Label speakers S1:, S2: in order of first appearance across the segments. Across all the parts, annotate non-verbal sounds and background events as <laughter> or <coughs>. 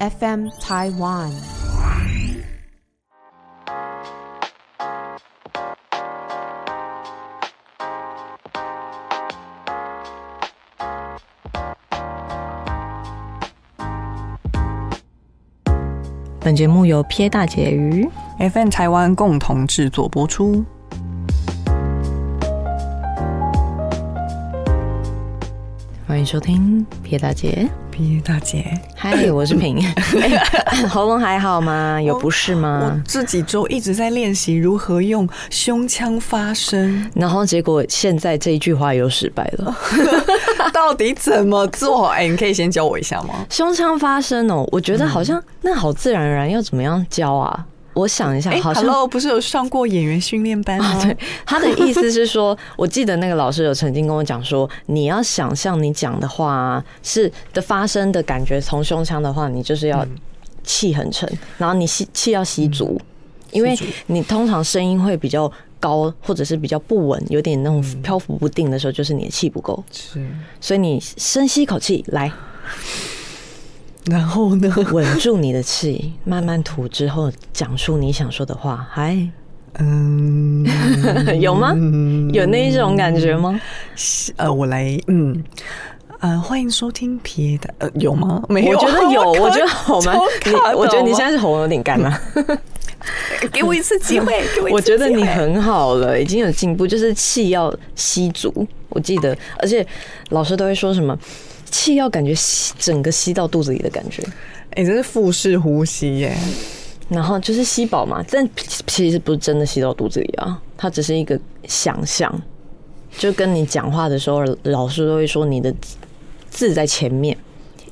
S1: FM Taiwan。
S2: 本节目由撇大姐鱼
S3: FM 台湾共同制作播出。
S2: 欢迎收听撇大姐。
S3: 毕业大姐，
S2: <laughs> 嗨，我是平。哎喉咙还好 <laughs> 吗？有不适
S3: 我
S2: 吗？
S3: 这几周一直在练习如何用胸腔发声，
S2: 然后结果现在这一句话又失败了。
S3: <laughs> 到底怎么做？ <laughs> 哎、你可以先教我一下吗？
S2: 胸腔发声哦，我觉得好像、那好自然而然，要怎么样教啊？我想一下，
S3: 哎、
S2: 好
S3: h
S2: 像啊
S3: e l l o 不是有上过演员训练班吗？
S2: 对，他的意思是说，我记得那 <laughs> 个老师有曾经跟我讲说，你要想象你讲的话、是的发声的感觉，从胸腔的话，你就是要气很沉，然后你吸气要吸嗯足，因为你通常声音会比较高，或者是比较不稳，有点那种漂浮不定的时候，就是你的气不够，
S3: 是。
S2: 所以你深吸一口气来。
S3: 然后呢？ <laughs>
S2: 稳住你的气，慢慢吐之后，讲出你想说的话。嗨，
S3: 嗯，
S2: <laughs> 有吗？有那一种感觉吗？
S3: 呃，我来，嗯。呃，欢迎收听撇的，呃，有吗？没有，啊
S2: 我觉
S3: <laughs>
S2: 得有，我觉得我们，你
S3: 你，
S2: 我觉得你现在是喉咙有点干了。
S3: 在哦给我一次机会，给我一次机会。
S2: <laughs> 我觉得你很好了，已经有进步，就是气要吸足。我记得，而且老师都会说什么，气要感觉吸整个吸到肚子里的感觉，
S3: 哎、这是腹式呼吸耶，
S2: 然后就是吸饱嘛。但其实不是真的吸到肚子里啊，它只是一个想象。就跟你讲话的时候，老师都会说你的字在前面。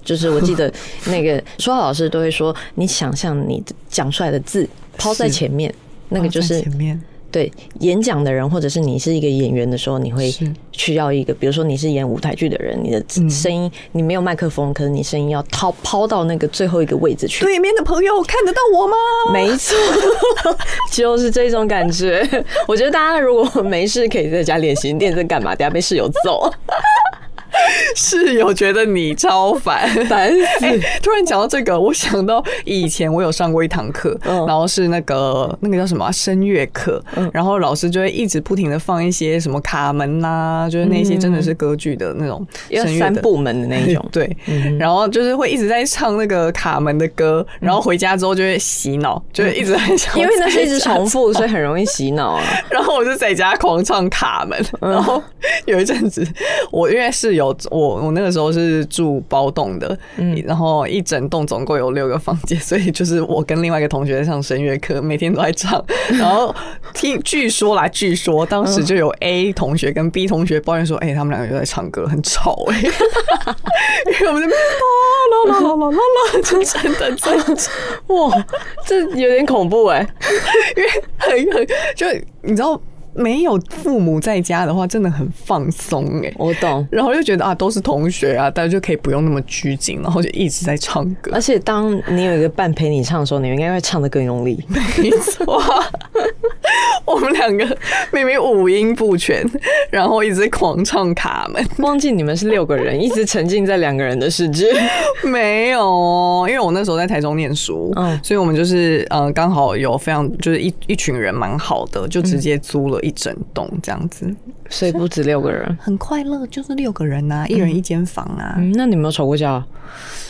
S2: 就是我记得
S3: <laughs>
S2: 那个说话老师都会说，你想象你讲出来的字抛在
S3: 是
S2: 前面，那个就
S3: 放在
S2: 是
S3: 前面
S2: 对演讲的人，或者是你是一个演员的时候，你会
S3: 是
S2: 需要一个，比如说你是演舞台剧的人，你的声音、你没有麦克风，可是你声音要掏抛到那个最后一个位置去。
S3: 对面的朋友看得到我吗？
S2: 没 <laughs> 错，就是这种感觉。我觉得大家如果没事，可以在家练习。你练这干嘛？等下被室友揍，
S3: 室友觉得你超烦。
S2: 烦死！
S3: 哎、 <laughs> 突然讲到这个，我想到以前我有上过一堂课，
S2: 嗯
S3: 然后是那个那个叫什么啊声乐课，然后老师就会一直不停的放一些什么卡门呐、就是那些真的是歌剧的那种
S2: 嗯要嗯
S3: 声乐
S2: 三
S3: 的。
S2: 部门的那一种 <laughs>
S3: 对，然后就是会一直在唱那个卡门的歌，然后回家之后就会洗脑，就会一直很想，
S2: 因为那是一直重复，所以很容易洗脑 <laughs> 啊。
S3: 然后我就在家狂唱卡门，然后有一阵子，我因为室友，我我那个时候是住包栋的，然后一整栋总共有六个房间，所以就是我跟另外一个同学在上声乐课，每天都在唱。然后听据说啦，据说当时就有 A 同学跟 B 同学抱怨说，哎、他们两个又在唱歌，很吵哎、 <laughs> 因为我们这边啊啦啦啦啦啦啦，就真的在唱。
S2: <laughs> 哇，这有点恐怖哎、
S3: 因为很很就你知道，没有父母在家的话，真的很放松哎、
S2: 我懂。
S3: 然后就觉得啊，都是同学啊，大家就可以不用那么拘谨，然后就一直在唱歌
S2: 而。且当你有一个伴陪你唱的时候，你应该会唱得更用 <laughs> 力。
S3: 没错， <laughs> 我们两个明明五音不全，然后一直狂唱卡 <laughs> 门。
S2: 忘记你们是六个人，一直沉浸在两个人的世界。
S3: 没有哦，因为我那时候在台中念书，
S2: 嗯
S3: 所以我们就是呃刚好有非常就是一一群人蛮好的，就直接租了一整栋这样子，
S2: 所以不止六个人。
S3: 嗯很快乐，就是六个人啊，一人一间房啊，
S2: 嗯，那你们有吵过架？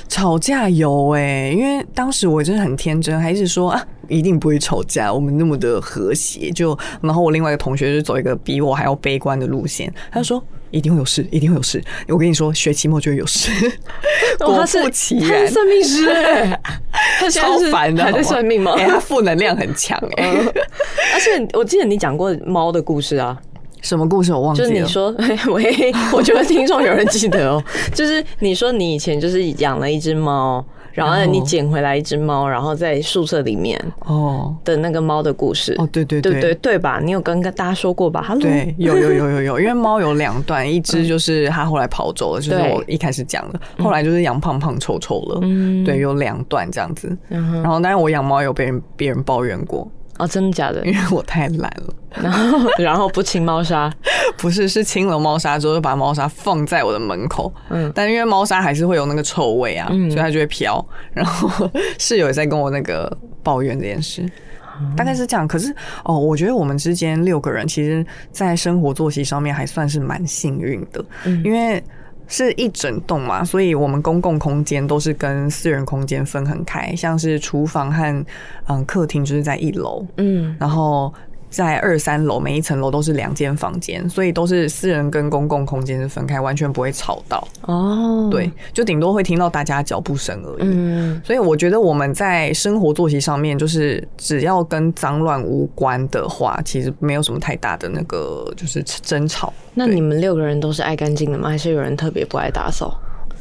S3: 吵架有哎、因为当时我真的很天真，还一直说啊，一定不会吵架，我们那么的和谐。就然后我另外一个同学就走一个比我还要悲观的路线，他就说一定会有事，一定会有事。我跟你说，学期末就会有事。
S2: <laughs> 哦
S3: 果
S2: 他是
S3: 不其
S2: 他是
S3: 然，
S2: 算命师哎， <laughs> 他现
S3: 超
S2: 在是
S3: 烦的，
S2: 还在
S3: 好吗
S2: 算命吗？
S3: 哎、他负能量很强哎、
S2: <laughs> 而且我记得你讲过猫的故事啊，
S3: 什么故事我忘记
S2: 就
S3: 了。
S2: 是你说， <laughs> 喂，我觉得听众有人记得哦， <laughs> 就是你说你以前就是养了一只猫，然后
S3: 然后
S2: 你捡回来一
S3: <laughs>
S2: 只猫，然后在宿舍里面
S3: 哦
S2: 的那个猫的故事。
S3: 哦，对对
S2: 对对对吧？你有跟大家说过吧？Hello， <laughs>
S3: 对，有有有有有，因为猫有两段，一只就是它后来跑走了，就是
S2: 嗯对
S3: 我一开始讲的，后来就是养胖胖臭臭了，对，有两段这样子。
S2: 嗯嗯哼
S3: 然后，但是我养猫有被人别人抱怨过，
S2: 哦，真的假的
S3: 因？为我太懒了。
S2: 然后 <laughs> 然后不清猫砂，
S3: <laughs> 不是，是清了猫砂之后就把猫砂放在我的门口，嗯，但因为猫砂还是会有那个臭味啊，所以它就会飘。 <laughs> 然后室友也在跟我那个抱怨这件事，大概是这样。可是哦，我觉得我们之间六个人，其实在生活作息上面还算是蛮幸运的，因为。是一整栋嘛，所以我们公共空间都是跟私人空间分很开，像是厨房和嗯客厅就是在一楼，
S2: 嗯，
S3: 然后在二三楼每一层楼都是两间房间，所以都是私人跟公共空间是分开，完全不会吵到。
S2: 哦，
S3: 对，，就顶多会听到大家脚步声而已。
S2: 嗯
S3: 所以我觉得我们在生活作息上面，就是只要跟脏乱无关的话，其实没有什么太大的那个就是争吵。，
S2: 那
S3: 对
S2: 你们六个人都是爱干净的吗？还是有人特别不爱打扫？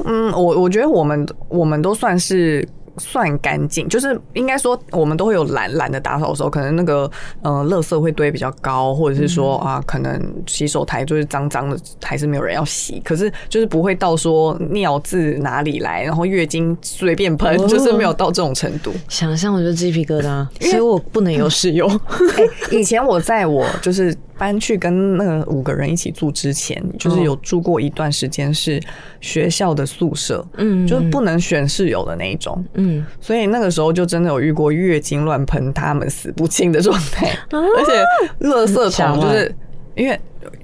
S3: 嗯，我我觉得我们我们都算是。算干净，就是应该说，我们都会有懒懒得打扫的时候，可能那个呃，垃圾会堆比较高，或者是说、啊，可能洗手台就是脏脏的，还是没有人要洗。可是就是不会到说尿渍哪里来，然后月经随便喷，
S2: 哦
S3: 就是没有到这种程 <laughs> 度。
S2: 想象我就鸡皮疙瘩，所以我不能有
S3: <laughs>
S2: 室友。
S3: 欸以前我在我就是搬去跟那个五个人一起住之前，就是有住过一段时间是学校的宿舍，
S2: 嗯
S3: 就是不能选室友的那一种，
S2: 嗯，
S3: 所以那个时候就真的有遇过月经乱喷、他们死不清的状
S2: <laughs>
S3: 态，
S2: 啊
S3: 而且垃圾
S2: 吓
S3: 桶
S2: 坏
S3: 就是因为。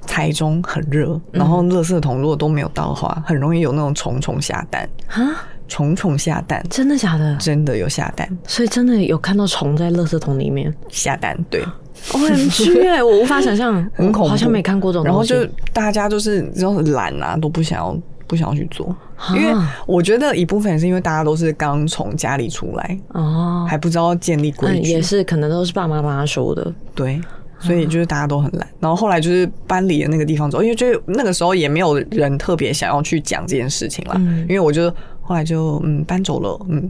S3: 台中很热，然后垃圾桶如果都没有倒的话，很容易有那种虫虫下蛋，
S2: 啊，
S3: 虫虫下蛋，
S2: 真的假的？
S3: 真的有下蛋，
S2: 所以真的有看到虫在垃圾桶里面
S3: 下蛋对，
S2: ，O M G 哎， <laughs> 我无法想象，
S3: 很恐怖，
S2: 我哦好像没看过这种
S3: 然后
S2: 东西。
S3: 就大家就是只要是懒啊，都不想要不想要去做，
S2: 啊
S3: 因为我觉得一部分也是因为大家都是刚从家里出来，
S2: 哦，
S3: 还不知道建立规
S2: 嗯，
S3: 矩，
S2: 也是，可能都是爸妈帮他说的。
S3: 对。所以就是大家都很懒，然后后来就是搬离了那个地方之后，因为就是那个时候也没有人特别想要去讲这件事情啦，
S2: 嗯
S3: 因为我就后来就嗯搬走了，嗯，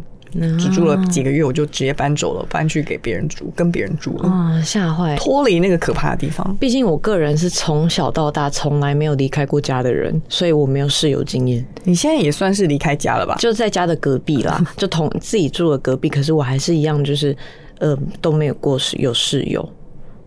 S3: 只住了几个月，我就直接搬走了，搬去给别人住，跟别人住了，
S2: 啊，吓坏！
S3: 脱离那个可怕的地方。
S2: 毕竟我个人是从小到大从来没有离开过家的人，所以我没有室友经验，
S3: 你现在也算是离开家了吧？
S2: 就在家的隔
S3: <laughs>
S2: 壁啦，就同自己住的隔壁。可是我还是一样，就是呃都没有过室有室友，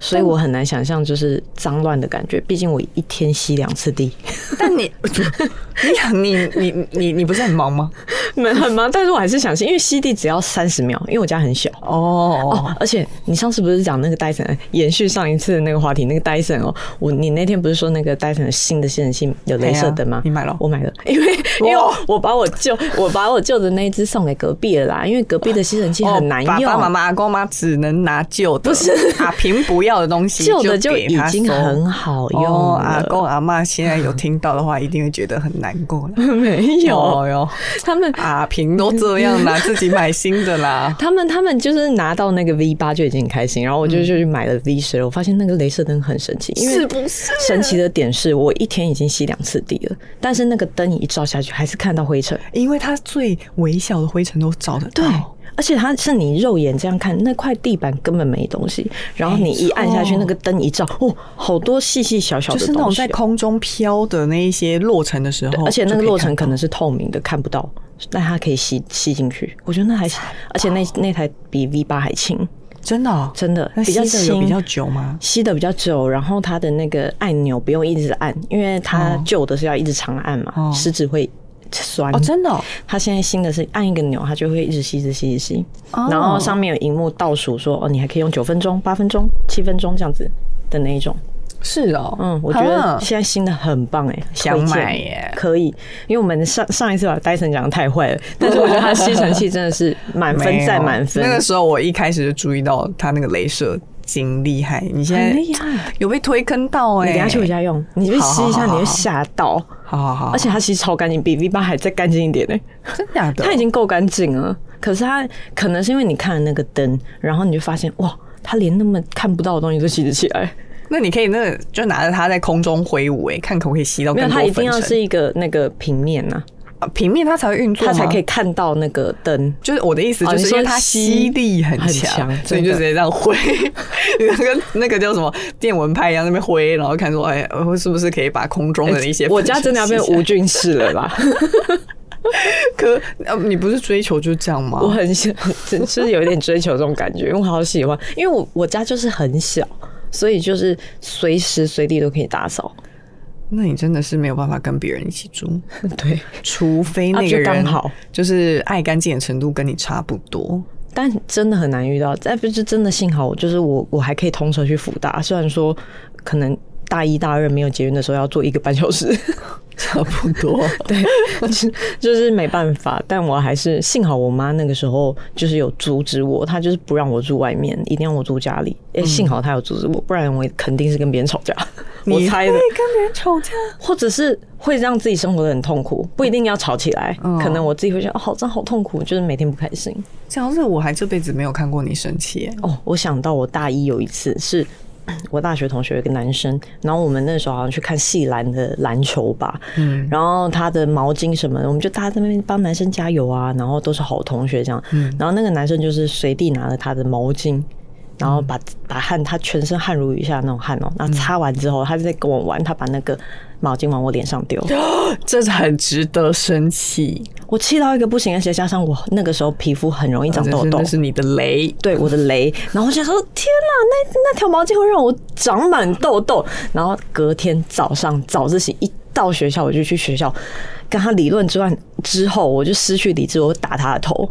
S2: 所以我很难想象就是脏乱的感觉。毕竟我一天吸两
S3: <laughs>
S2: 次地，
S3: 但你你你你你你不是很忙吗？
S2: 很很忙，但是我还是想吸，因为吸地只要三十秒，因为我家很小。
S3: 哦，
S2: 而且你上次不是讲那个 Dyson，延呃续上一次的那个话题，那个 Dyson 哦，我你那天不是说那个 Dyson 的新的吸尘器有镭射灯
S3: 哎
S2: 吗、
S3: 呀你买了
S2: 我买了，因为因为我把我旧我把我旧的那一只送给隔壁了啦，因为隔壁的吸尘器很难用，
S3: 哦爸爸妈妈、阿公妈只能拿旧的，不是阿平不要的东西，
S2: 旧的
S3: 就
S2: 就
S3: 给
S2: 已
S3: 他
S2: 经
S3: 收
S2: 很好用了。
S3: 哦。
S2: <laughs>
S3: 阿公阿妈现在有听到的话，一定会觉得很难过了。
S2: <laughs> 没有，
S3: 哦哟，
S2: 他们
S3: 阿平都这样啦， <laughs> 自己买新的啦。
S2: 他们他们就是拿到那个 V 八就已经很开心，然后我就就去买了 V 十、我发现那个镭射灯很神奇，因
S3: 嗯
S2: 为
S3: 是不是
S2: 神奇的点是我一天已经吸两次地了，但是那个灯一照下去还是看到灰尘，哦
S3: 因为它最微小的灰尘都找得到。
S2: 而且它是你肉眼这样看，那块地板根本没东西，然后你一按下去，
S3: 没错
S2: 那个灯一照，哦，好多细细小小
S3: 就
S2: 的
S3: 是那
S2: 东
S3: 种
S2: 西
S3: 在
S2: 哦。
S3: 空中飘的那一些落尘的时候，
S2: 而且那个落尘
S3: 哦就
S2: 可能是透明的，看不到，但它可以吸吸进去。我觉得那还，而且那那台比 V 八还轻，
S3: 可以看真的哦
S2: 真的
S3: 那
S2: 比较
S3: 吸的有
S2: 轻
S3: 比较久吗？
S2: 吸的比较久，然后它的那个按钮不用一直按，因为它旧的是要一直长按嘛，
S3: 哦
S2: 食指会酸。
S3: 哦，真的哦
S2: 它现在新的是按一个钮，它就会一直吸、一直吸、一直吸。
S3: 哦
S2: 然后上面有荧幕倒数说，哦，你还可以用九分钟、八分钟、七分钟这样子的那一种。
S3: 是哦，
S2: 嗯，我觉得
S3: 啊
S2: 现在新的很棒哎、
S3: 想
S2: 推荐
S3: 买耶
S2: 可以，因为我们上上一次把戴森讲的太坏了，但是我觉得它吸尘器真的是满
S3: 没
S2: 分
S3: 有
S2: 再满分，
S3: 那个时候我一开始就注意到他那个镭射精厉害，你现
S2: 很
S3: 在
S2: 厉害。
S3: 有被推坑到哎、
S2: 你等一下去我家用，你去吸一
S3: 好
S2: 下，
S3: 好好
S2: 你
S3: 好
S2: 会吓到。
S3: 好好好，
S2: 而且它其实超干净，比 V 八还再干净一点呢、欸
S3: 真假的，
S2: 它已经够干净了，可是它可能是因为你看了那个灯，然后你就发现哇，它连那么看不到的东西都吸得起来。
S3: 那你可以那个就拿着它在空中挥舞哎、看可不可以吸到
S2: 没
S3: 更
S2: 有，
S3: 多
S2: 它一
S3: 粉
S2: 定要
S3: 尘
S2: 是一个那个平面呐、
S3: 啊平面，它才会运作，
S2: 它才可以。看到那个灯。
S3: 就是我的意思，
S2: 哦
S3: 就
S2: 你
S3: 是
S2: 说
S3: 因为它吸力很
S2: 吸很
S3: 强，
S2: 强
S3: 所以你就
S2: 真
S3: 直
S2: 的
S3: 接这样挥， <laughs> 那个那个叫什么电蚊拍一样那边挥，然后看说哎，呃是不是可以把空中的一些
S2: 我家
S3: 粉尘
S2: 真的要变
S3: <laughs> 吸起来
S2: 无菌室了啦！
S3: 可呃，你不是追求就这样吗？
S2: 我很想，真是有一点追求这种感觉，因为我好喜欢，因为我我家就是很小，所以就是随时随地都可以打扫。 <laughs>
S3: 那你真的是没有办法跟别人一起住，
S2: 对，
S3: 除非
S2: 啊
S3: 那
S2: 就
S3: 个
S2: 刚
S3: 人
S2: 好
S3: 就是爱干净的程度跟你差不多。
S2: 但真的很难遇到。但不是真的，幸好我就是我，我还可以通车去辅大，虽然说可能大一大二没有捷运的时候要坐一个半小时，
S3: <laughs> 差不多，
S2: 对，就是就是没办法。但我还是幸好我妈那个时候就是有阻止我，她就是不让我住外面，一定要我住家里。
S3: 嗯
S2: 哎、幸好她有阻止我，不然我肯定是跟别人吵架。我
S3: 你
S2: 猜的
S3: 会，跟别人吵架，
S2: 或者是会让自己生活的很痛苦，不一定要吵起来，可能我自己会觉得哦，好，这样好痛苦，就是每天不开心。
S3: 讲到这我还这辈子没有看过你生气耶。
S2: 哦，我想到我大一有一次是。我大学同学有一个男生，然后我们那时候好像去看系篮的篮球吧，嗯，然后他的毛巾什么的，我们就大家在那边帮男生加油啊，然后都是好同学这样，然后那个男生就是随地拿了他的毛巾，然后把把汗，他全身汗如雨下的那种汗哦，然后擦完之后，他就在跟我玩，他把那个毛巾往我脸上丢，
S3: <gasps> 这是很值得生气，
S2: 我气到一个不行，而且加上我那个时候皮肤很容易长痘
S3: 真
S2: 痘
S3: 的，啊是你的雷。
S2: 对我的雷，然后我想说，天哪，那那条毛巾会让我长满痘痘。然后隔天早上早自习一到学校，我就去学校跟他理论之外之后，我就失去理智，我打他的头，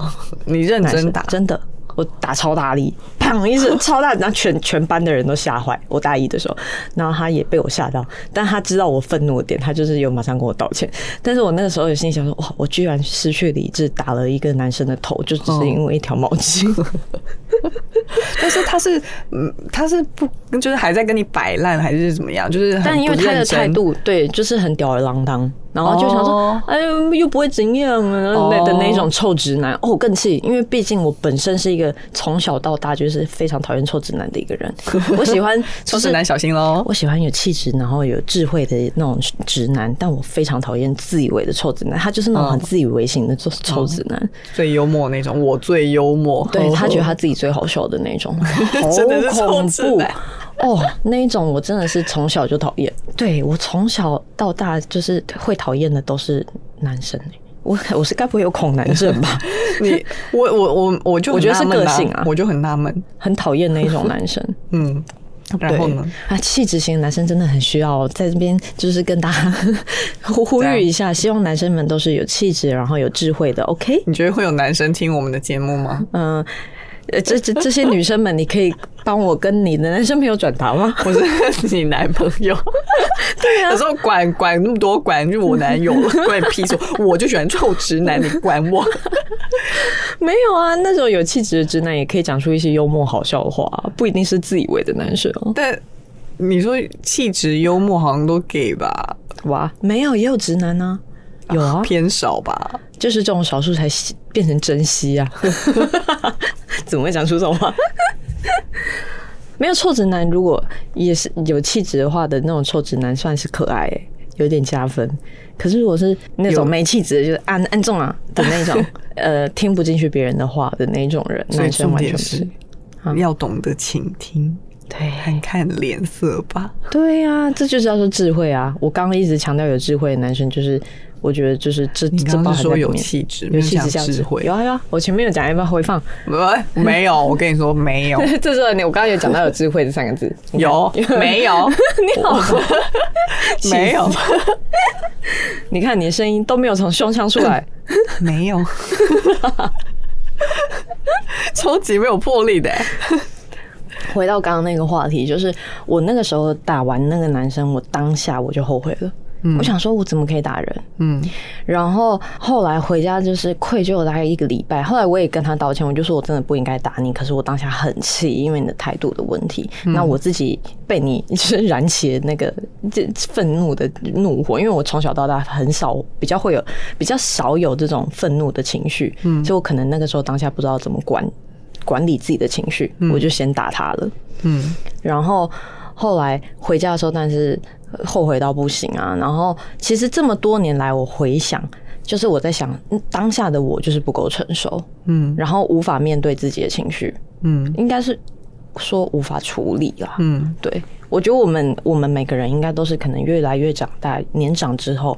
S3: 你认真打，
S2: 真的。我打超大力，砰一声超大力，然后全全班的人都吓坏。我大一的时候，然后他也被我吓到，但他知道我愤怒的点，他就是有马上跟我道歉。但是我那个时候有心里想说，哇，我居然失去理智，打了一个男生的头，就只是因为一条毛巾。
S3: 但是他是，嗯，他是不，就是还在跟你摆烂，还是怎么样？就是很
S2: 但因为
S3: 不
S2: 他的
S3: 认真
S2: 态，度，对，就是很吊儿郎当，然后就想说，
S3: 哦
S2: 哎呦，又不会怎样啊
S3: 哦
S2: 那的那种臭直男。哦，更气，因为毕竟我本身是一个从小到大就是非常讨厌臭直男的一个人，我喜
S3: <laughs>
S2: 欢
S3: 臭
S2: 就是
S3: 直男小心喽。
S2: 我喜欢有气质，然后有智慧的那种直男，但我非常讨厌自以为的臭直男，他就是那
S3: 嗯
S2: 种很自以为型的臭臭直男，
S3: 最幽默那种，我最幽默。 <laughs>
S2: 对他觉得他自己最好笑的那 <laughs> 种，
S3: 真的是
S2: 哦好
S3: 臭
S2: 恐
S3: 直
S2: 怖
S3: 男
S2: 哦！那一种我真的是从小就讨厌，对我从小到大就是会讨厌的都是男生、欸、我我是该不会有恐男症 <laughs> 吧？
S3: 你，我我我我就
S2: 我觉得是
S3: 很纳闷
S2: 个性啊
S3: 我就很纳闷。
S2: 很讨厌那一种男生。
S3: 嗯，然后呢？
S2: 对啊，气质型的男生真的很需要在这边，就是跟大家呼呼吁一下，希望男生们都是有气质，然后有智慧的。OK，
S3: 你觉得会有男生听我们的节目
S2: <laughs>
S3: 吗？
S2: 嗯、呃，这这这些女生们，你可以帮我跟你的男生朋友转达吗？
S3: <laughs> 我是你男朋友，对啊，有时候管管那么多，管就我男
S2: <laughs>
S3: 友，关你屁事！我就喜欢臭直男，你管我？
S2: 没有啊，那种有气质的直男也可以讲出一些幽默好笑的话，不一定是自以为的男生哦。
S3: 但你说气质幽默好像都给吧，
S2: 哇，没有，也有直男呢、啊，有啊，
S3: 偏少吧？
S2: 就是这种少数才稀变成珍
S3: <laughs>
S2: 惜啊，怎么会讲出这种话？没有臭直男，如果也是有气质的话的那种臭直男，算是可爱、欸，有点加分。可是如果是那种
S3: 有
S2: 没气质的，就是按按中啊的
S3: <laughs>
S2: 那种，呃，听不进去别人的话的那种人，
S3: 所以
S2: 男生
S3: 重
S2: 完全
S3: 点
S2: 不是啊
S3: 是。要懂得倾听，
S2: 对
S3: 看看脸色吧。
S2: 对呀、这就叫做智慧啊！我刚刚一直强调有智慧的男生，就是我觉得就是这
S3: 你
S2: 这
S3: 刚
S2: 包
S3: 刚是
S2: 含在
S3: 说
S2: 里
S3: 有
S2: 面
S3: 气质，没
S2: 有
S3: 有
S2: 气
S3: 讲
S2: 质、价值
S3: 智慧
S2: 有？啊有啊，我前面有讲，要不要回放？ <laughs>
S3: 没没有，我跟你说没有，
S2: 这时候你，我刚刚有讲到有智慧这三个字，你看
S3: 有没有
S2: <laughs> 你
S3: <laughs>
S2: 好烦，
S3: 没
S2: <laughs>
S3: 有
S2: 你看你的声音都没有从胸腔出
S3: <laughs>
S2: 来，
S3: 没
S2: <laughs>
S3: 有，超级没有魄力的欸。
S2: 回到刚刚那个话题，就是我那个时候打完那个男生，我当下我就后悔了。我想说，我怎么可以打人？
S3: 嗯，
S2: 然后后来回家就是愧疚了大概一个礼拜。后来我也跟他道歉，我就说我真的不应该打你，可是我当下很气，因为你的态度的问题。那我自己被你就是燃起了那个这愤怒的怒火，因为我从小到大很少比较会有比较少有这种愤怒的情绪，嗯，所以我可能那个时候当下不知道怎么管管理自己的情绪，我就先打他了。
S3: 嗯，
S2: 然后后来回家的时候，但是呃后悔到不行啊。然后其实这么多年来，我回想，就是我在想，嗯当下的我就是不够成熟，
S3: 嗯，
S2: 然后无法面对自己的情绪，
S3: 嗯
S2: 应该是说无法处理啦。
S3: 嗯，
S2: 对，我觉得我们我们每个人应该都是可能越来越长大，年长之后，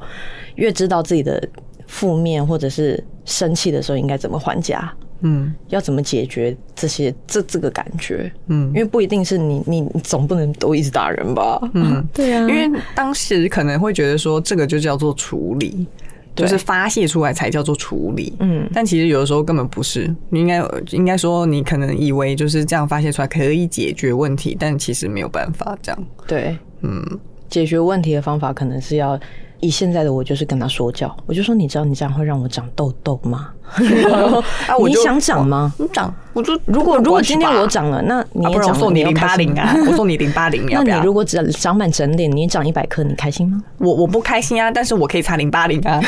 S2: 越知道自己的负面或者是生气的时候应该怎么还价，
S3: 嗯
S2: 要怎么解决这些这这个感觉，因
S3: 嗯
S2: 为不一定是你你你总不能都一直打人吧？
S3: 嗯，
S2: 对啊
S3: 因为当时可能会觉得说这个就叫做处理，
S2: 对
S3: 就是发泄出来才叫做处理。
S2: 嗯
S3: 但其实有的时候根本不是，你应该应该说你可能以为就是这样发泄出来可以解决问题，但其实没有办法这样。
S2: <laughs> 对，
S3: 嗯
S2: 解决问题的方法可能是要以现在的我就是跟他说教，我就说你知道你这样会让我长痘痘吗？
S3: <laughs> 啊
S2: 你想嗯长吗？
S3: 你长，我就
S2: 如果如果今天我
S3: 长，
S2: 长了，那你
S3: 啊
S2: 也
S3: 不然我
S2: 长了，
S3: 送你
S2: 又
S3: 零
S2: 开
S3: 八
S2: 心
S3: 零
S2: 吗 <laughs>
S3: 啊， <laughs> 我送你零八零，要
S2: 那
S3: 不
S2: 你
S3: 要？
S2: 如果长长满整脸，你长一百克，你开心吗？ <laughs>
S3: 我我不开心啊，但是我可以擦零八零啊。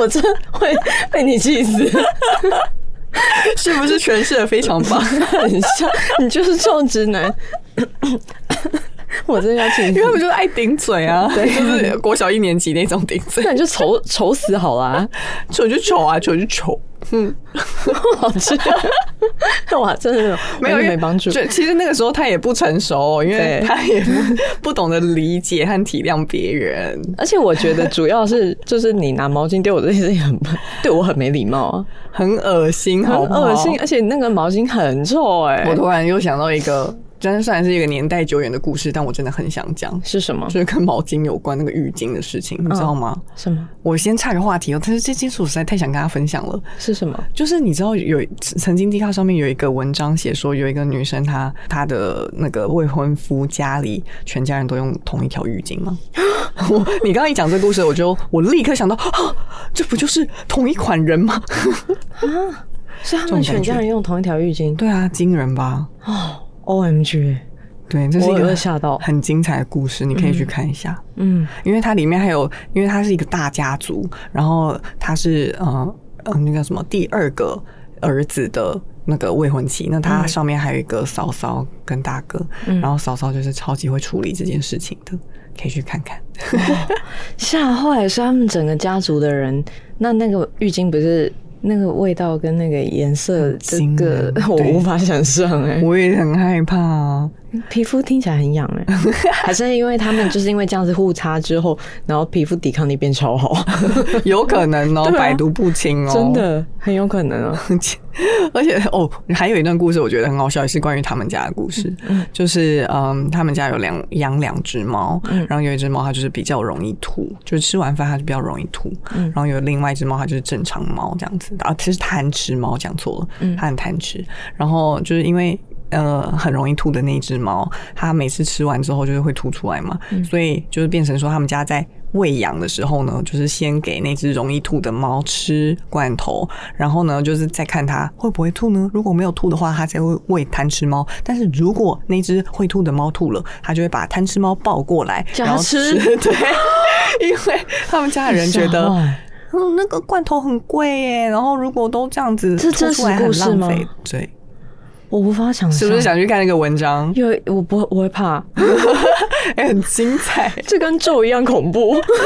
S2: 我真会被你气死，
S3: 是不是诠释的非常
S2: <laughs>
S3: 棒？
S2: 很像你就是臭直男，我真的要气
S3: 因为他们
S2: 死。
S3: 就是爱顶嘴啊，就是国小一年级那种顶嘴，
S2: 那你就丑丑死好啊 <laughs> 啦，
S3: 丑就丑啊，丑就丑，
S2: 好吃。哇，真的完全
S3: 因为
S2: 没帮助。
S3: 就其实那个时候他也不成熟哦、因为
S2: 对
S3: 他也不不懂得理解和体谅别人。
S2: 而且我觉得主要是，就是你拿毛巾对我这件事情很对我很没礼貌啊，
S3: 很恶心，
S2: 很
S3: 好不好
S2: 恶心，。而且那个毛巾很臭哎、
S3: 我突然又想到一个，真的虽然是一个年代久远的故事，但我真的很想讲，
S2: 是什么
S3: 就？是跟毛巾有关那个浴巾的事情，
S2: 嗯
S3: 你知道吗？
S2: 什么？
S3: 我先岔个话题哦，但是这件事我实在太想跟大家分享了。
S2: 是什么？
S3: 就是你知道有曾经 D 卡上面有一个文章写说，有一个女生她她的那个未婚夫家里全家人都用同一条浴巾吗？我你刚刚一讲这个故事，我就我立刻想到，啊，这不就是同一款人吗？
S2: 啊是他
S3: 种
S2: 们
S3: 感
S2: 全家
S3: 觉
S2: 人用同一条浴巾
S3: 对啊，惊人吧？
S2: 哦，O M G，
S3: 对，这是一
S2: 我有
S3: 个
S2: 点吓到
S3: 很精彩的故事，你可以去看一下，
S2: 嗯，
S3: 因为它里面还有，因为它是一个大家族，然后他是呃呃那个叫什么第二个儿子的那个未婚妻，那他上面还有一个嫂嫂跟大哥，
S2: 嗯
S3: 然后嫂嫂就是超级会处理这件事情的，可以去看看。
S2: 吓坏是他们整个家族的人。那那个浴巾不是那个味道跟那个颜色，这
S3: 惊
S2: 个
S3: 人
S2: <laughs> 我
S3: 对
S2: 无法想象哎、
S3: 我也很害怕啊，
S2: 皮肤听起来很痒哎、 <laughs> 还是因为他们就是因为这样子互擦之后，然后皮肤抵抗力变超 <laughs> 好。
S3: 有可能哦，
S2: <laughs> 对啊
S3: 百毒不侵哦，
S2: 真。的很有可 <laughs> 能啊。
S3: <laughs> 而且哦，还有一段故事我觉得很好笑，也是关于他们家的故事。就是嗯，他们家有两养两只猫，然后有一只猫它就是比较容易吐，就是吃完饭它就比较容易吐。然后有另外一只猫它就是正常猫这样子，啊，其实贪吃猫讲错了，它很贪吃。然后就是因为。呃，很容易吐的那一只猫，它每次吃完之后就是会吐出来嘛，
S2: 嗯
S3: 所以就是变成说他们家在喂养的时候呢，就是先给那只容易吐的猫吃罐头，然后呢，就是再看它会不会吐呢？如果没有吐的话，它才会喂贪吃猫。但是如果那只会吐的猫吐了，它就会把贪吃猫抱过来，
S2: 叫它
S3: 然后
S2: 吃
S3: 对，因为他们家人觉得
S2: 吓坏
S3: 嗯，那个罐头很贵耶，然后如果都这样子
S2: 这
S3: 吐
S2: 真
S3: 出来
S2: 实故
S3: 很
S2: 事
S3: 浪
S2: 吗
S3: 费，对，
S2: <laughs> 我无法想象，
S3: <laughs> 是不是想去看那个文章？ <laughs>
S2: 因为我不会我会怕，
S3: 哎、很精彩，
S2: <laughs> 这跟咒一样恐怖，
S3: <laughs>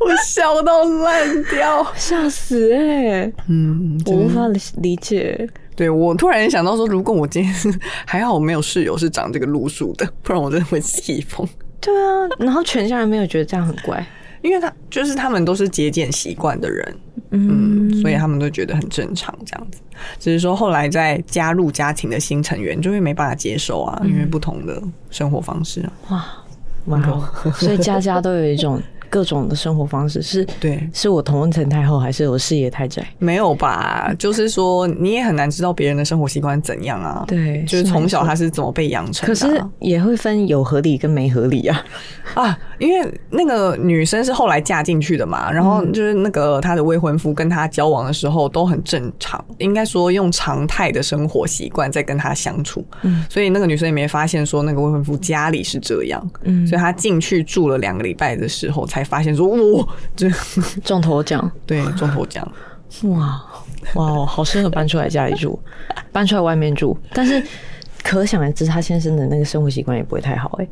S3: 我笑到烂掉。
S2: <laughs> 吓死哎、
S3: 嗯，
S2: 我无法理理解，
S3: 对我突然想到说，如果我今天还好我没有室友是长这个路数的，不然我真的会气疯。
S2: 对啊，然后全家人没有觉得这样很怪，
S3: 因为他就是他们都是节俭习惯的人，
S2: 嗯
S3: 嗯，所以他们都觉得很正常这样子。只是说后来再加入家庭的新成员，就会没办法接受啊，因为不同的生活方式啊。
S2: 哇哇
S3: <laughs>
S2: 哦，所以家家都有一种各种的生活方式，是
S3: 对
S2: 是我同温层太厚，还是我视野太窄？
S3: 没有吧？就是说你也很难知道别人的生活习惯怎样啊。
S2: 对
S3: 就是
S2: 是
S3: 从
S2: 没
S3: 小
S2: 错
S3: 他是怎么被养成
S2: 可
S3: 的
S2: 是
S3: 啊、
S2: 也会分有合理跟没合
S3: <laughs>
S2: 理啊，
S3: 啊，因为那个女生是后来嫁进去的嘛，然后
S2: 嗯
S3: 就是那个她的未婚夫跟她交往的时候都很正常，应该说用常态的生活习惯在跟她相处，
S2: 嗯
S3: 所以那个女生也没发现说那个未婚夫家里是这样，
S2: 嗯
S3: 所以她进去住了两个礼拜的时候才发现说，哇，这 <laughs>
S2: 中头奖。
S3: 对中头奖，
S2: 哇哇哦，好适合搬出来家里
S3: <laughs>
S2: 住，搬出来外面住。欸但是可想而知，他先生的那个生活习惯也不会太好哎、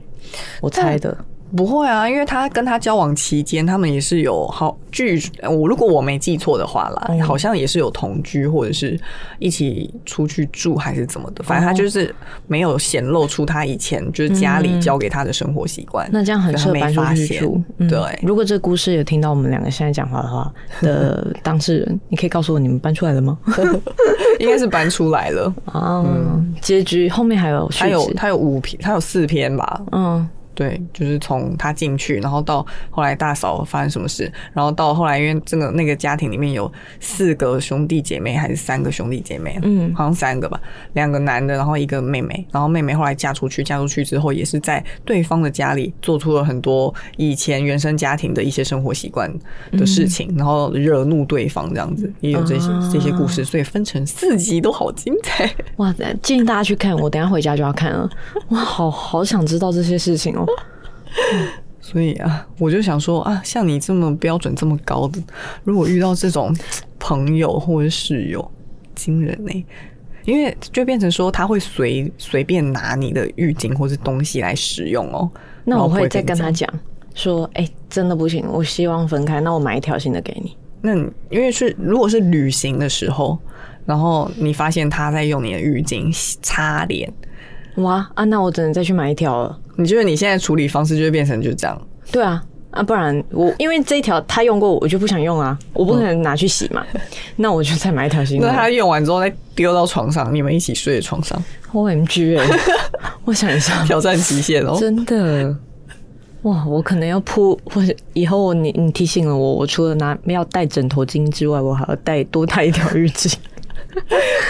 S2: 我猜的。
S3: 不会啊，因为他跟他交往期间，他们也是有好据我如果我没记错的话啦，
S2: 嗯
S3: 好像也是有同居或者是一起出去住还是怎么的，
S2: 哦
S3: 反正他就是没有显露出他以前就是家里教给他的生活习惯、
S2: 嗯那这样很适合
S3: 对他
S2: 搬
S3: 没
S2: 出
S3: 发
S2: 去
S3: 现
S2: 住。嗯
S3: 对，
S2: 如果这故事有听到我们两个现在讲话的话的当事人，你可以告诉我你们搬出来了吗？
S3: 应该是搬出来了。
S2: <laughs> 啊，结局后面还有续
S3: 他有
S2: 集。
S3: 他有五篇，他有四篇吧，
S2: 嗯，
S3: 对，就是从他进去，然后到后来大嫂发生什么事，然后到后来因为这个那个家庭里面有四个兄弟姐妹还是三个兄弟姐妹，啊
S2: 嗯
S3: 好像三个吧，两个男的，然后一个妹妹，然后妹妹后来嫁出去，嫁出去之后也是在对方的家里做出了很多以前原生家庭的一些生活习惯的事情，然后惹怒对方这样子，也有这些、这些故事，所以分成四集都好精彩。
S2: 哇，建议大家去看，我等一下回家就要看了。哇，好好想知道这些事
S3: <laughs>
S2: 情哦。
S3: 所以啊，我就想说啊，像你这么标准这么高的，如果遇到这种朋友或者室友，惊人呢、因为就变成说他会随随便拿你的浴巾或是东西来使用哦。
S2: 那
S3: 然后
S2: 我
S3: 不
S2: 会再跟
S3: 你
S2: 他
S3: 讲。
S2: 讲说，哎、真的不行，我希望分开，那我买一条新的给你。
S3: 那你因为是如果是旅行的时候，然后你发现他在用你的浴巾洗擦脸，
S2: 哇啊，那我只能再去买一条了。
S3: 你觉得你现在处理方式就会变成就这样？
S2: 对啊，啊，不然我因为这一条他用过，我就不想用啊，我不可能拿去洗嘛，那我就再买一条新
S3: 嗯 <laughs> 那
S2: 的。
S3: 他用完之后再丢到床上，你们一起睡的床上，
S2: O M G
S3: <laughs>
S2: 哎、我想一下，
S3: 挑战极限
S2: <laughs>
S3: 哦。
S2: 真的。哇，我可能要铺，或者以后我你你提醒了我，我除了拿要带枕头巾之外，我还要带多带一条浴 <laughs> 巾，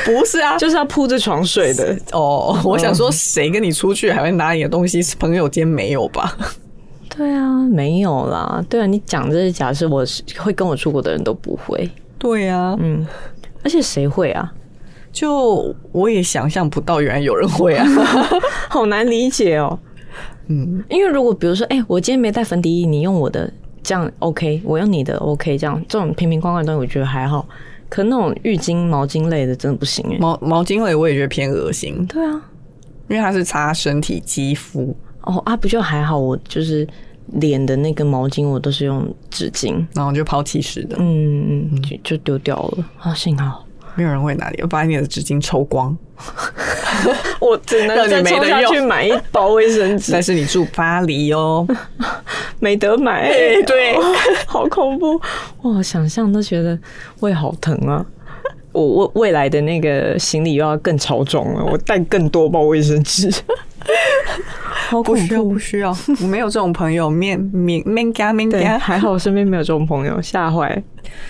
S3: 不是啊，
S2: 就是要铺着床睡的。
S3: 哦，我想说，谁跟你出去还会拿你的东西？是朋友间没有吧？
S2: 对啊，没有啦。对啊，你讲这些假设，我是会跟我出国的人都不会，
S3: <laughs> 对啊，
S2: 嗯，而且谁会啊？
S3: 就我也想象不到，原来有人会 <laughs> 啊。
S2: 好难理解哦。
S3: 嗯，
S2: 因为如果比如说，哎、我今天没带粉底液，你用我的，这样 OK，我用你的 OK，这样这种瓶瓶罐罐的东西我觉得还好，可那种浴巾、毛巾类的真的不行哎、
S3: 毛毛巾类我也觉得偏恶心，
S2: 对啊，
S3: 因为它是擦身体肌肤，
S2: 哦啊，不就还好？我就是脸的那个毛巾，我都是用纸巾，
S3: 然后就抛弃式的，
S2: 嗯嗯，就就丢掉了啊，幸好。
S3: 没有人会拿你，把你的纸巾抽光。
S2: <laughs> 我只能
S3: 再
S2: 再冲
S3: 冲下
S2: 下
S3: 去
S2: 去买一包卫生纸，
S3: 但是你住巴黎哦，
S2: 没得买、 <laughs>
S3: 哎 <laughs> 对
S2: 好恐怖！哇，想象都觉得胃好疼啊！我我未来的那个行李又要更超重了，我带更多包卫生纸，好
S3: 不
S2: 恐
S3: 需要
S2: 怖
S3: 不！需要， <laughs> 我没有这种朋友，面面面干面
S2: 对，啊
S3: 干。
S2: 还好我身边没有这种朋友，吓坏！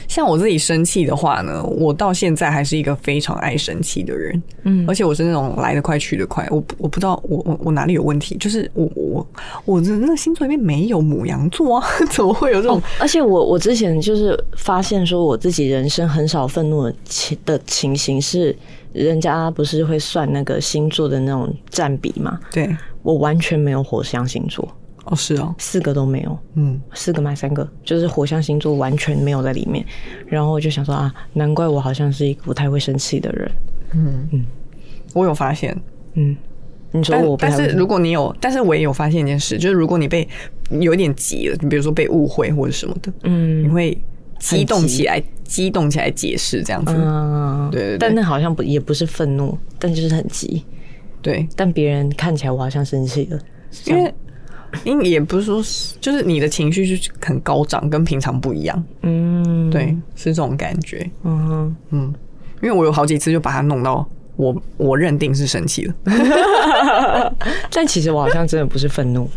S3: 像我自己生气的话呢，我到现在还是一个非常爱生气的人，嗯，而且我是那种来得快去得快，我不我不知道我我我哪里有问题，就是我我我的那个星座里面没有母羊座啊， <laughs> 怎么会有这种？
S2: 而且我我之前就是发现说，我自己人生很少愤怒的情的情形是，人家不是会算那个星座的那种占比嘛？
S3: 对，
S2: 我完全没有火象星座，
S3: 哦是哦，
S2: 四个都没有。
S3: 嗯，
S2: 四个买三个，就是火象星座完全没有在里面。然后我就想说啊，难怪我好像是一个不太会生气的人。
S3: 嗯我有发现，
S2: 嗯，你说
S3: 但
S2: 我不
S3: 但
S2: 太会
S3: 是
S2: 生
S3: 如果你有，但是我也有发现一件事，就是如果你被有一点急了，你比如说被误会或者什么的，你
S2: 嗯
S3: 会激动
S2: 很急
S3: 起来，激动起来解释这样子，
S2: 嗯，
S3: 对对对
S2: 但那好像不也不是愤怒，但就是很急。
S3: 对，
S2: 但别人看起来我好像生气了，
S3: 因为因为也不是说是，就是你的情绪就是很高涨，跟平常不一样，
S2: 嗯，
S3: 对，是这种感觉。
S2: 嗯哼，
S3: 因为我有好几次就把它弄到我我认定是生气了， <laughs>
S2: 但其实我好像真的不是愤 <laughs> 怒，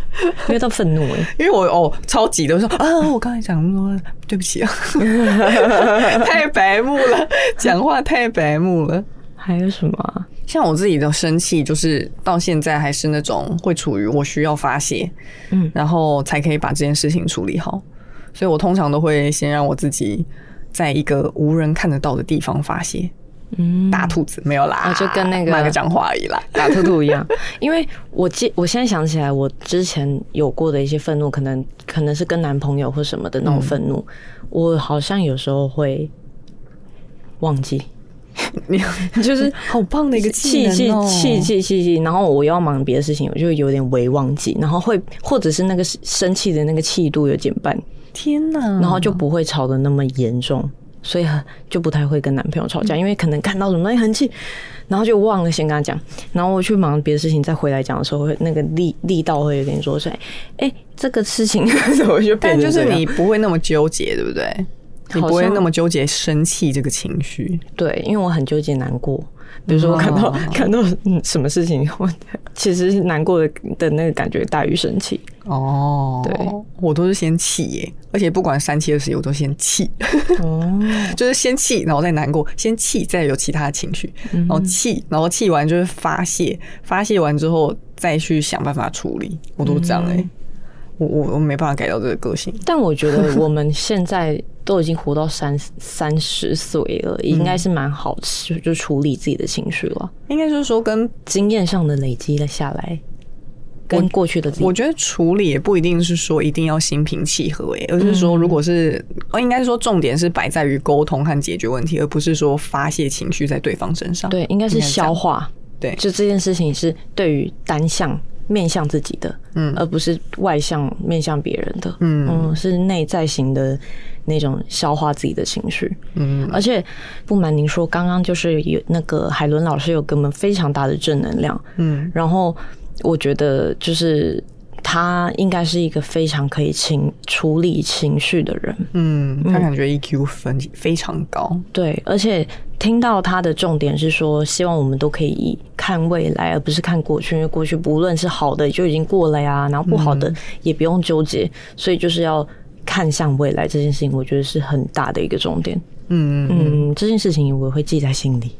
S2: 没有到愤怒哎、
S3: 因为我哦超级的说啊，我刚才讲那么多，对不起
S2: <laughs>
S3: 啊， <laughs> 太白目了，讲话太白目了。
S2: 还有什么、啊？
S3: 像我自己的生气，就是到现在还是那种会处于我需要发泄，
S2: 嗯
S3: 然后才可以把这件事情处理好。所以我通常都会先让我自己在一个无人看得到的地方发泄，
S2: 嗯，
S3: 打兔子没有啦，
S2: 啊就跟那个
S3: 骂个脏话而已啦。
S2: 打兔兔一样。因为我记，我现在想起来，我之前有过的一些愤怒，可能可能是跟男朋友或什嗯么的那种愤怒，我好像有时候会忘记。
S3: 你
S2: 就是
S3: 好棒的一个技
S2: 气气
S3: 能哦
S2: 气气气气，然后我又要忙别的事情，我就有点微忘记，然后会或者是那个生气的那个气度有减半，
S3: 天哪！
S2: 然后就不会吵得那么严重，所以很就不太会跟男朋友吵架，因为可能看到什么东西很气，然后就忘了先跟他讲，然后我去忙别的事情再回来讲的时候，会那个力力道会有点弱，所以哎、这个事情 <laughs> 我就变
S3: 但
S2: 成
S3: 就是
S2: 这样
S3: 你不会那么纠结，对不对？你不
S2: 好
S3: 会
S2: 像
S3: 那么纠结生气这个情绪，
S2: 对，因为我很纠结难过。比如说，我看到、
S3: 哦
S2: 看到嗯什么事情，我其实是难过的的那个感觉大于生气。
S3: 哦，
S2: 对，
S3: 我都是先气耶，而且不管三七二十一，我都先气，
S2: 哦，
S3: 就是先气，然后再难过，先气，再有其他的情绪，
S2: 嗯
S3: 然后气，然后气完就是发泄，发泄完之后再去想办法处理，我都这样哎、
S2: 嗯
S3: 我我我没办法改掉这个个性，
S2: 但我觉
S3: <laughs>
S2: 得我们现在都已经活到三三十岁了，应该是蛮好
S3: 嗯
S2: 就就处理自己的情绪了，
S3: 应该就是说跟
S2: 经验上的累积了下来，跟过去的自己
S3: 我觉得处理也不一定是说一定要心平气和、欸，而是说
S2: 嗯
S3: 如果是，哦应该是说重点是摆在于沟通和解决问题，而不是说发泄情绪在对方身上。
S2: 对，应该是
S3: 应该是这样
S2: 消化。
S3: 对
S2: 就这件事情是对于单向面向自己的，
S3: 嗯
S2: 而不是外向面向别人的，
S3: 嗯
S2: 是内在型的那种消化自己的情绪。
S3: 嗯，
S2: 而且不瞒您说，刚刚就是有那个海伦老师有给我们非常大的正能量，
S3: 嗯，
S2: 然后我觉得就是他应该是一个非常可以情处理情绪的人，
S3: 嗯，他感觉 EQ 分非常高，
S2: 对，而且听到他的重点是说，希望我们都可以以看未来，而不是看过去，因为过去不论是好的就已经过了呀，然后不好
S3: 嗯
S2: 的也不用纠结，所以就是要看向未来这件事情，我觉得是很大的一个重点。
S3: 嗯，
S2: 嗯，这件事情我会记在心
S3: <laughs>
S2: 里，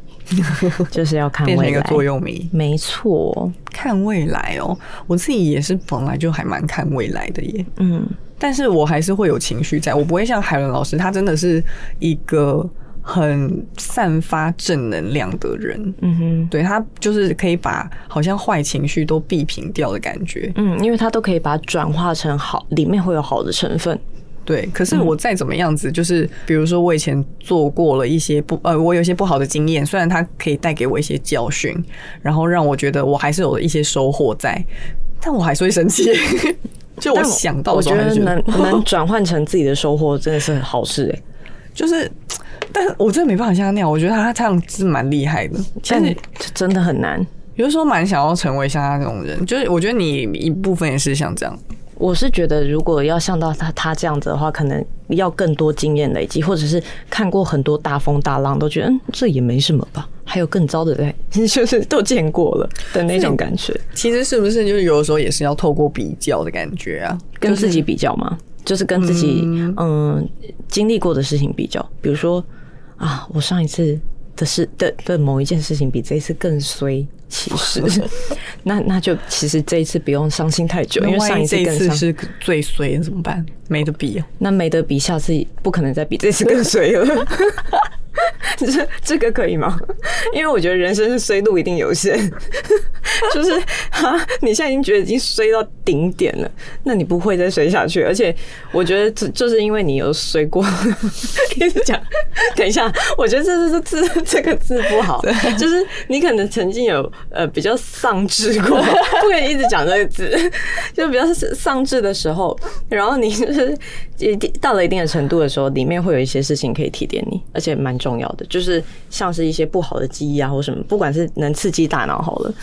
S2: 就是要看
S3: 变成一
S2: 未
S3: 个
S2: 来。
S3: 座右铭。
S2: 没错，
S3: 看未来哦，我自己也是本来就还蛮看未来的耶，
S2: 嗯，
S3: 但是我还是会有情绪在，我不会像海伦老师，他真的是一个很散发正能量的人，
S2: 嗯哼，
S3: 对他就是可以把好像坏情绪都避平掉的感觉。
S2: 嗯，因为它都可以把它转化成好，里面会有好的成分。
S3: 对，可是
S2: 嗯
S3: 我再怎么样子，就是比如说我以前做过了一些不呃，我有一些不好的经验，虽然它可以带给我一些教训，然后让我觉得我还是有一些收获在，但我还是会生气。 <laughs> 就我
S2: 但
S3: 想到
S2: 我
S3: 的时
S2: 觉
S3: 候还
S2: 得
S3: 是觉
S2: 能
S3: 得， <laughs>
S2: 能转换成自己的收获，真的是好事哎、
S3: 就是，但是我真的没办法像他那样，我觉得他这样是蛮厉害的。其
S2: 但
S3: 实
S2: 这真的很难。
S3: 有的时候蛮想要成为像他这种人，就是我觉得你一部分也是像这样，
S2: 我是觉得，如果要像到他他这样子的话，可能要更多经验累积，或者是看过很多大风大浪，都觉得嗯，这也没什么吧。还有更糟的嘞， <laughs> 就是都见过了的那种感觉，
S3: 其实是不是就是有的时候也是要透过比较的感觉啊？
S2: 跟自己比较嘛，就是跟自己嗯、经历过的事情比较，比如说啊，我上一次的事的的某一件事情比这一次更衰。其实， <laughs> 那那就其实这一次不用伤心太久，因为
S3: 万
S2: 上
S3: 一
S2: 一次
S3: 这一
S2: 更
S3: 次
S2: 伤。
S3: 是最衰的怎么办？没得比、啊。
S2: 那没得比，下次不可能再比这次更衰了。 <laughs> 这这个可以吗？因为我觉得人生的衰度一定有限， <laughs> 就是啊，你现在已经觉得已经衰到顶点了，那你不会再衰下去。而且我觉得这就是因为你有衰过， <laughs> 一直讲。等一下，我觉得这这这这这个字不好，就是你可能曾经有呃比较丧志过，不可以一直讲这个字， <laughs> 就比较丧志的时候，然后你就是一定到了一定的程度的时候，里面会有一些事情可以提点你，而且蛮重要的，就是像是一些不好的记忆啊或什么，不管是能刺激大脑好了，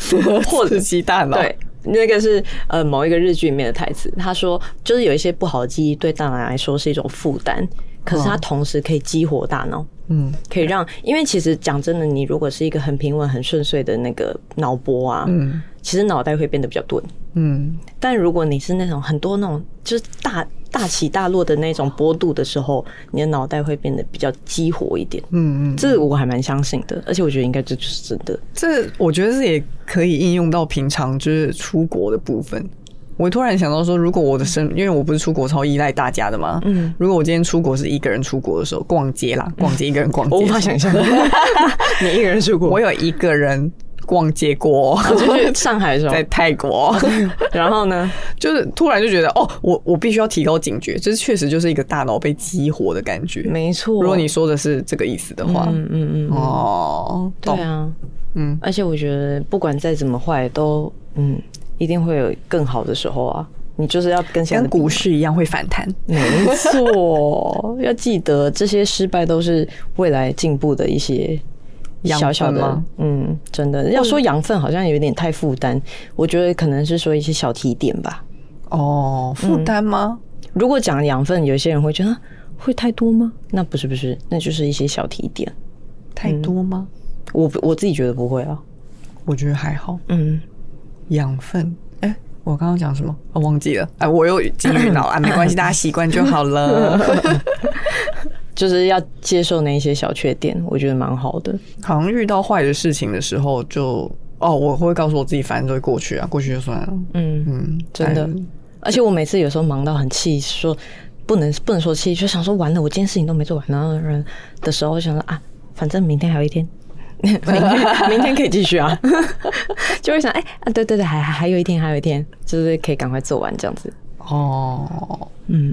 S2: 或者
S3: 刺激大脑，
S2: 对，，那个是呃某一个日剧里面的台词，他说就是有一些不好的记忆对大脑来说是一种负担，可是它同时可以激活大脑。
S3: 嗯，
S2: 可以让，因为其实讲真的，你如果是一个很平稳、很顺遂的那个脑波啊，
S3: 嗯
S2: 其实脑袋会变得比较钝。
S3: 嗯，
S2: 但如果你是那种很多那种就是大大起大落的那种波度的时候，你的脑袋会变得比较激活一点。
S3: 嗯嗯，
S2: 这我还蛮相信的，而且我觉得应该这就是真
S3: <laughs>
S2: 的。
S3: 这我觉得这也可以应用到平常就是出国的部分。我突然想到说，如果我的生，因为我不是出国超依赖大家的嘛，嗯，如果我今天出国是一个人出国的时候， <laughs> 逛街啦，逛街一个人逛街，
S2: 象，你一个人出国
S3: 我有一个人逛街过，
S2: <laughs> 我就去上海的时候
S3: 在，泰
S2: <laughs>
S3: 国， <laughs>
S2: 然后呢，
S3: 就是突然就觉得哦，我我必须要提高警觉，这确实就是一个大脑被激活的感觉。
S2: 没错，
S3: 如果你说的是这个意思的话，
S2: 嗯嗯嗯，
S3: 哦，
S2: 对
S3: 懂，
S2: 啊，
S3: 嗯，
S2: 而且我觉得不管再怎么坏，都嗯，一定会有更好的时候啊。你就是要跟现
S3: 跟
S2: 在的比
S3: 股市一样会反弹。
S2: 没
S3: <laughs>
S2: 错，要记得这些失败都是未来进步的一些
S3: 养
S2: 小小
S3: 分
S2: 的
S3: 吗，
S2: 嗯，真的要说养分好像有点太负担，我觉得可能是说一些小提点吧。
S3: 哦，负担吗？
S2: 如果讲养分，有些人会觉得啊会太多吗？那不是不是，那就是一些小提点。
S3: 太多吗？
S2: 我不我自己觉得不会啊，
S3: 我觉得还好。
S2: 嗯，
S3: 养分，哎、我刚刚讲什么？我、忘记了。哎、我又金鱼脑
S2: <laughs>
S3: 啊，没关系，大家习惯就好了。
S2: 就是要接受那一些小缺点，我觉得蛮好的。
S3: 好像遇到坏的事情的时候就，哦，我会告诉我自己，反正就会过去啊，过去就算了。
S2: 嗯，
S3: 嗯，
S2: 真的
S3: 但。
S2: 而且我每次有时候忙到很气，说不能不能说气，就想说完了，我今天事情都没做完，然后人的时候想说啊，反正明天还有一天。明天明天可以继续啊， <laughs> 就会想哎、啊对对对，还还还有一天还有一天，就是可以赶快做完这样子。
S3: 哦，
S2: 嗯，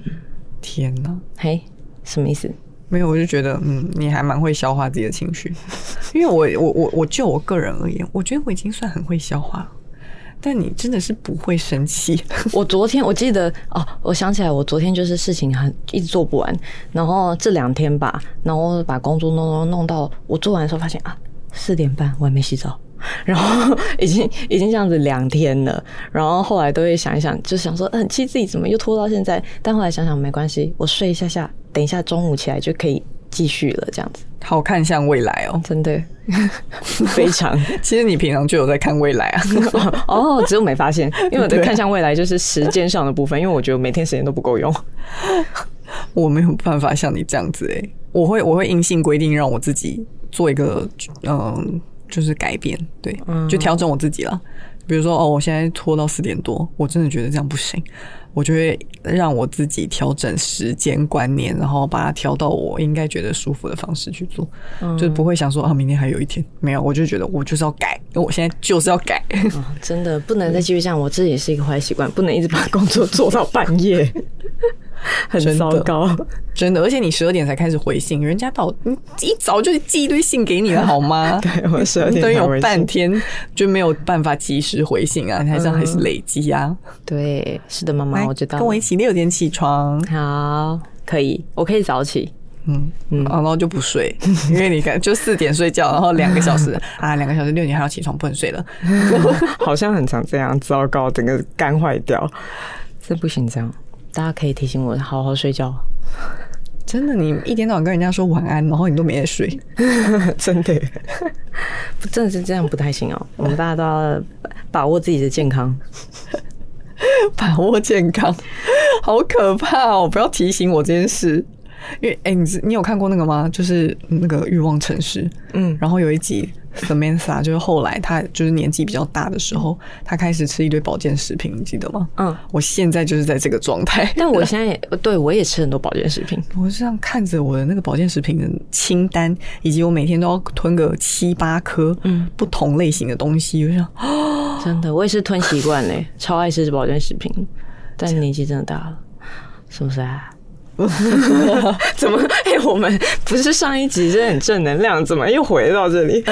S3: 天哪！
S2: 嘿，什么意思？
S3: 没有，我就觉得，嗯，你还蛮会消化自己的情绪， <laughs> 因为我我我我就我个人而言，我觉得我已经算很会消化了，但你真的是不会生气， <laughs>
S2: 我昨天我记得哦，我想起来，我昨天就是事情很一直做不完，然后这两天吧，然后把工作弄弄弄到我做完的时候，发现啊四点半我还没洗澡，然后已经已经这样子两天了，然后后来都会想一想，就想说嗯，气自己怎么又拖到现在，但后来想想没关系，我睡一下下，等一下中午起来就可以继续了，这样子
S3: 好看向未来哦。
S2: 真的 <laughs> 非常
S3: 其实你平常就有在看未来啊，
S2: 哦，只有没发现，因为我的
S3: 对
S2: 看向未来就是时间上的部分，因为我觉得每天时间都不够用。
S3: 我没有办法像你这样子哎、我会我会硬性规定让我自己做一个嗯、就是改变，对，就调整我自己了。比如说哦，我现在拖到四点多，我真的觉得这样不行，我就会让我自己调整时间观念，然后把它调到我应该觉得舒服的方式去做，就是不会想说啊，明天还有一天没有，我就觉得我就是要改，我现在就是要改。
S2: 啊真的不能再继续这样，我这也是一个坏习惯，不能一直把工作做到半夜， <laughs> 很
S3: 真的
S2: 糟糕。
S3: <laughs> 真的，而且你十二点才开始回信，人家到你一早就寄一堆信给你了，好吗？对
S2: <laughs> 我12点才
S3: 等于
S2: 回
S3: 有
S2: 信
S3: 半天就没有办法及时回信啊，你还是要还是累积啊。
S2: 对，是的，妈妈，
S3: 来
S2: 哦我知道了。
S3: 跟我一起六点起床，
S2: 好，可以，我可以早起。
S3: 嗯嗯，然后就不睡， <laughs> 因为你看就四点睡觉，然后两个小时啊，两个小时六点还要起床，不能睡了。
S2: <laughs> 好像很常这样，糟糕，整个肝坏掉，这不行，这样大家可以提醒我好好睡觉，
S3: 真的，你一天到晚跟人家说晚安，然后你都没在睡，
S2: <laughs> 真的，真的是这样 <laughs> 不太行哦。我们大家都要把握自己的健康。
S3: 把握健康， <laughs> 好可怕哦！不要提醒我这件事。因为哎、你知你有看过那个吗？就是那个《欲望城市》，
S2: 嗯
S3: 然后有一集 Samantha 就是后来她就是年纪比较大的时候，她开始吃一堆保健食品，你记得吗？
S2: 嗯，
S3: 我现在就是在这个状态， <laughs>
S2: 但我现在也对我也吃很多保健食品，
S3: 我是这样看着我的那个保健食品的清单，以及我每天都要吞个七八颗
S2: 嗯
S3: 不同类型的东西，我就想
S2: 真的，我也是吞习惯 <laughs> 嘞，超爱吃保健食品，但年纪真的大了，是不是啊？ <laughs> 怎 <laughs> 么？哎、我们不是上一集是很正能量，怎么又回到这里？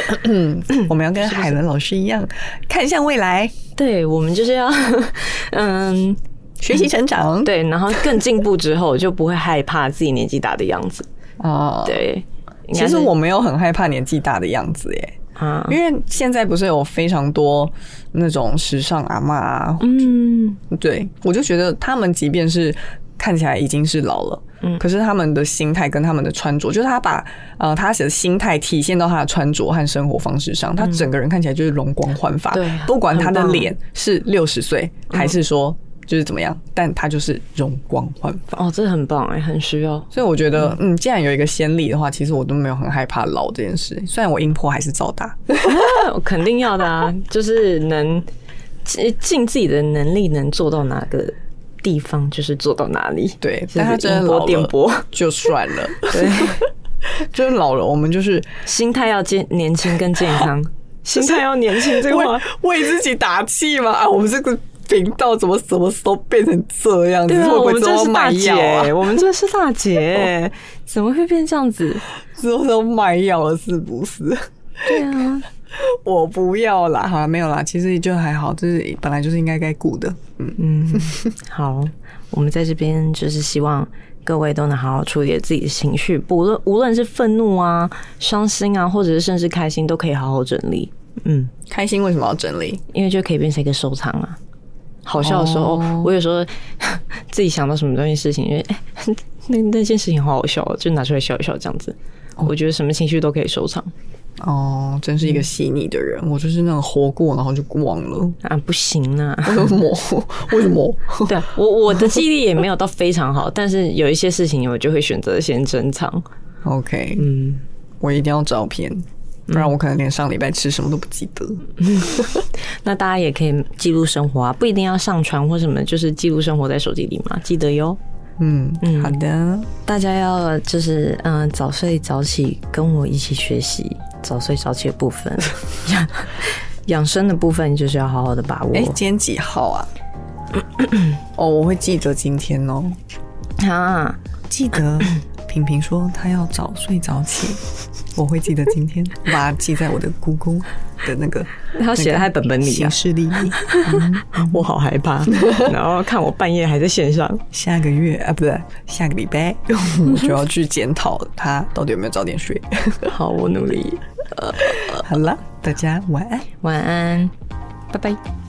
S2: <coughs>
S3: 我们要跟海伦老师一样，看向未来，
S2: 对，我们就是要， <laughs> 嗯，
S3: 学习成长。
S2: 对，然后更进步之后就不会害怕自己年纪大的样子。
S3: 哦，
S2: 对，应
S3: 其
S2: 该是
S3: 实我没有很害怕年纪大的样子耶，
S2: 啊，
S3: 因为现在不是有非常多那种时尚阿嬷啊，
S2: 嗯，
S3: 对我就觉得他们即便是看起来已经是老了，
S2: 嗯
S3: 可是他们的心态跟他们的穿着，就是他把呃他的心态体现到他的穿着和生活方式上，他整个人看起来就是容光焕发，
S2: 嗯对啊
S3: 不管他的
S2: 很棒嗯
S3: 脸是六十岁还是说就是怎么样，但他就是容光焕发。
S2: 哦，这很棒哎、很需要。
S3: 所以我觉得，嗯，既然有一个先例的话，其实我都没有很害怕老这件事。虽然我音波还是照打，
S2: <laughs> 我肯定要的啊，就是能尽尽自己的能力，能做到哪个地方就是做到哪里。
S3: 对
S2: 就是
S3: 但他真的
S2: 音
S3: 老
S2: 波
S3: 了
S2: 电波，
S3: 就算了。
S2: <laughs>
S3: <laughs>
S2: 对，
S3: 就是老了，我们就是 <laughs>
S2: 心态要健年轻跟健康。心态要年轻，这个
S3: 为
S2: 话
S3: 为自己打气嘛。啊，我们这个频道怎么什么时候变成这样子？
S2: 对啊，
S3: 会不
S2: 我
S3: 会
S2: 们
S3: 之
S2: 真
S3: 后
S2: 的是大
S3: 买
S2: 姐欸
S3: 药啊，？
S2: 我们真的是大姐，欸怎么会变这样子？
S3: <laughs> 之后都卖药了是不是？ <laughs>
S2: 对啊，
S3: 我不要啦，好了，没有啦，其实就还好，就是本来就是应该该顾的。嗯，
S2: 嗯，好，我们在这边就是希望各位都能好好处理自己的情绪，不论无论是愤怒啊、伤心啊，或者是甚至开心，都可以好好整理。嗯，
S3: 开心为什么要整理？
S2: 因为就可以变成一个收藏啊。好笑的时候
S3: 哦
S2: 我有时候 <laughs> 自己想到什么东西事情，因为、 <laughs> 哎那那件事情好好笑哦，就拿出来笑一笑这样子。我觉得什么情绪都可以收藏
S3: 哦，真是一
S2: 嗯
S3: 个细腻的人，我就是那种活过然后就忘了，
S2: 啊，不行啊。
S3: 为什么？
S2: <laughs>
S3: 为什么？
S2: 对啊我我的记忆力也没有到非常好， <laughs> 但是有一些事情我就会选择先珍藏。
S3: <laughs> OK，
S2: 嗯，
S3: 我一定要照片，不然我可能连上礼拜吃什么都不记得。
S2: 那大家也可以记录生活啊，不一定要上传或什么，就是记录生活在手机里嘛，记得哟。
S3: 嗯，
S2: 嗯
S3: 好的，
S2: 大家要就是嗯、呃早睡早起，跟我一起学习早睡早起的部
S3: <laughs>
S2: 分，养养生的部分就是要好好的把握
S3: 哎、。今天几号
S2: <coughs>
S3: 啊？哦，我会记得今天哦，
S2: 啊，
S3: 记
S2: <coughs>
S3: 得平平说她要早睡早起，我会记得今
S2: <laughs>
S3: 天，我把它记在我的故宫的那个
S2: 他写在本本里
S3: 行
S2: 啊，
S3: 事历。
S2: 我好害怕。然后看我半夜还在线上，
S3: <laughs> 下个月啊，不对，下个礼
S2: <laughs>
S3: 拜我就要去检讨她到底有没有早点睡。
S2: 好，我努力。
S3: 好了，大家晚安。
S2: 晚安，拜拜。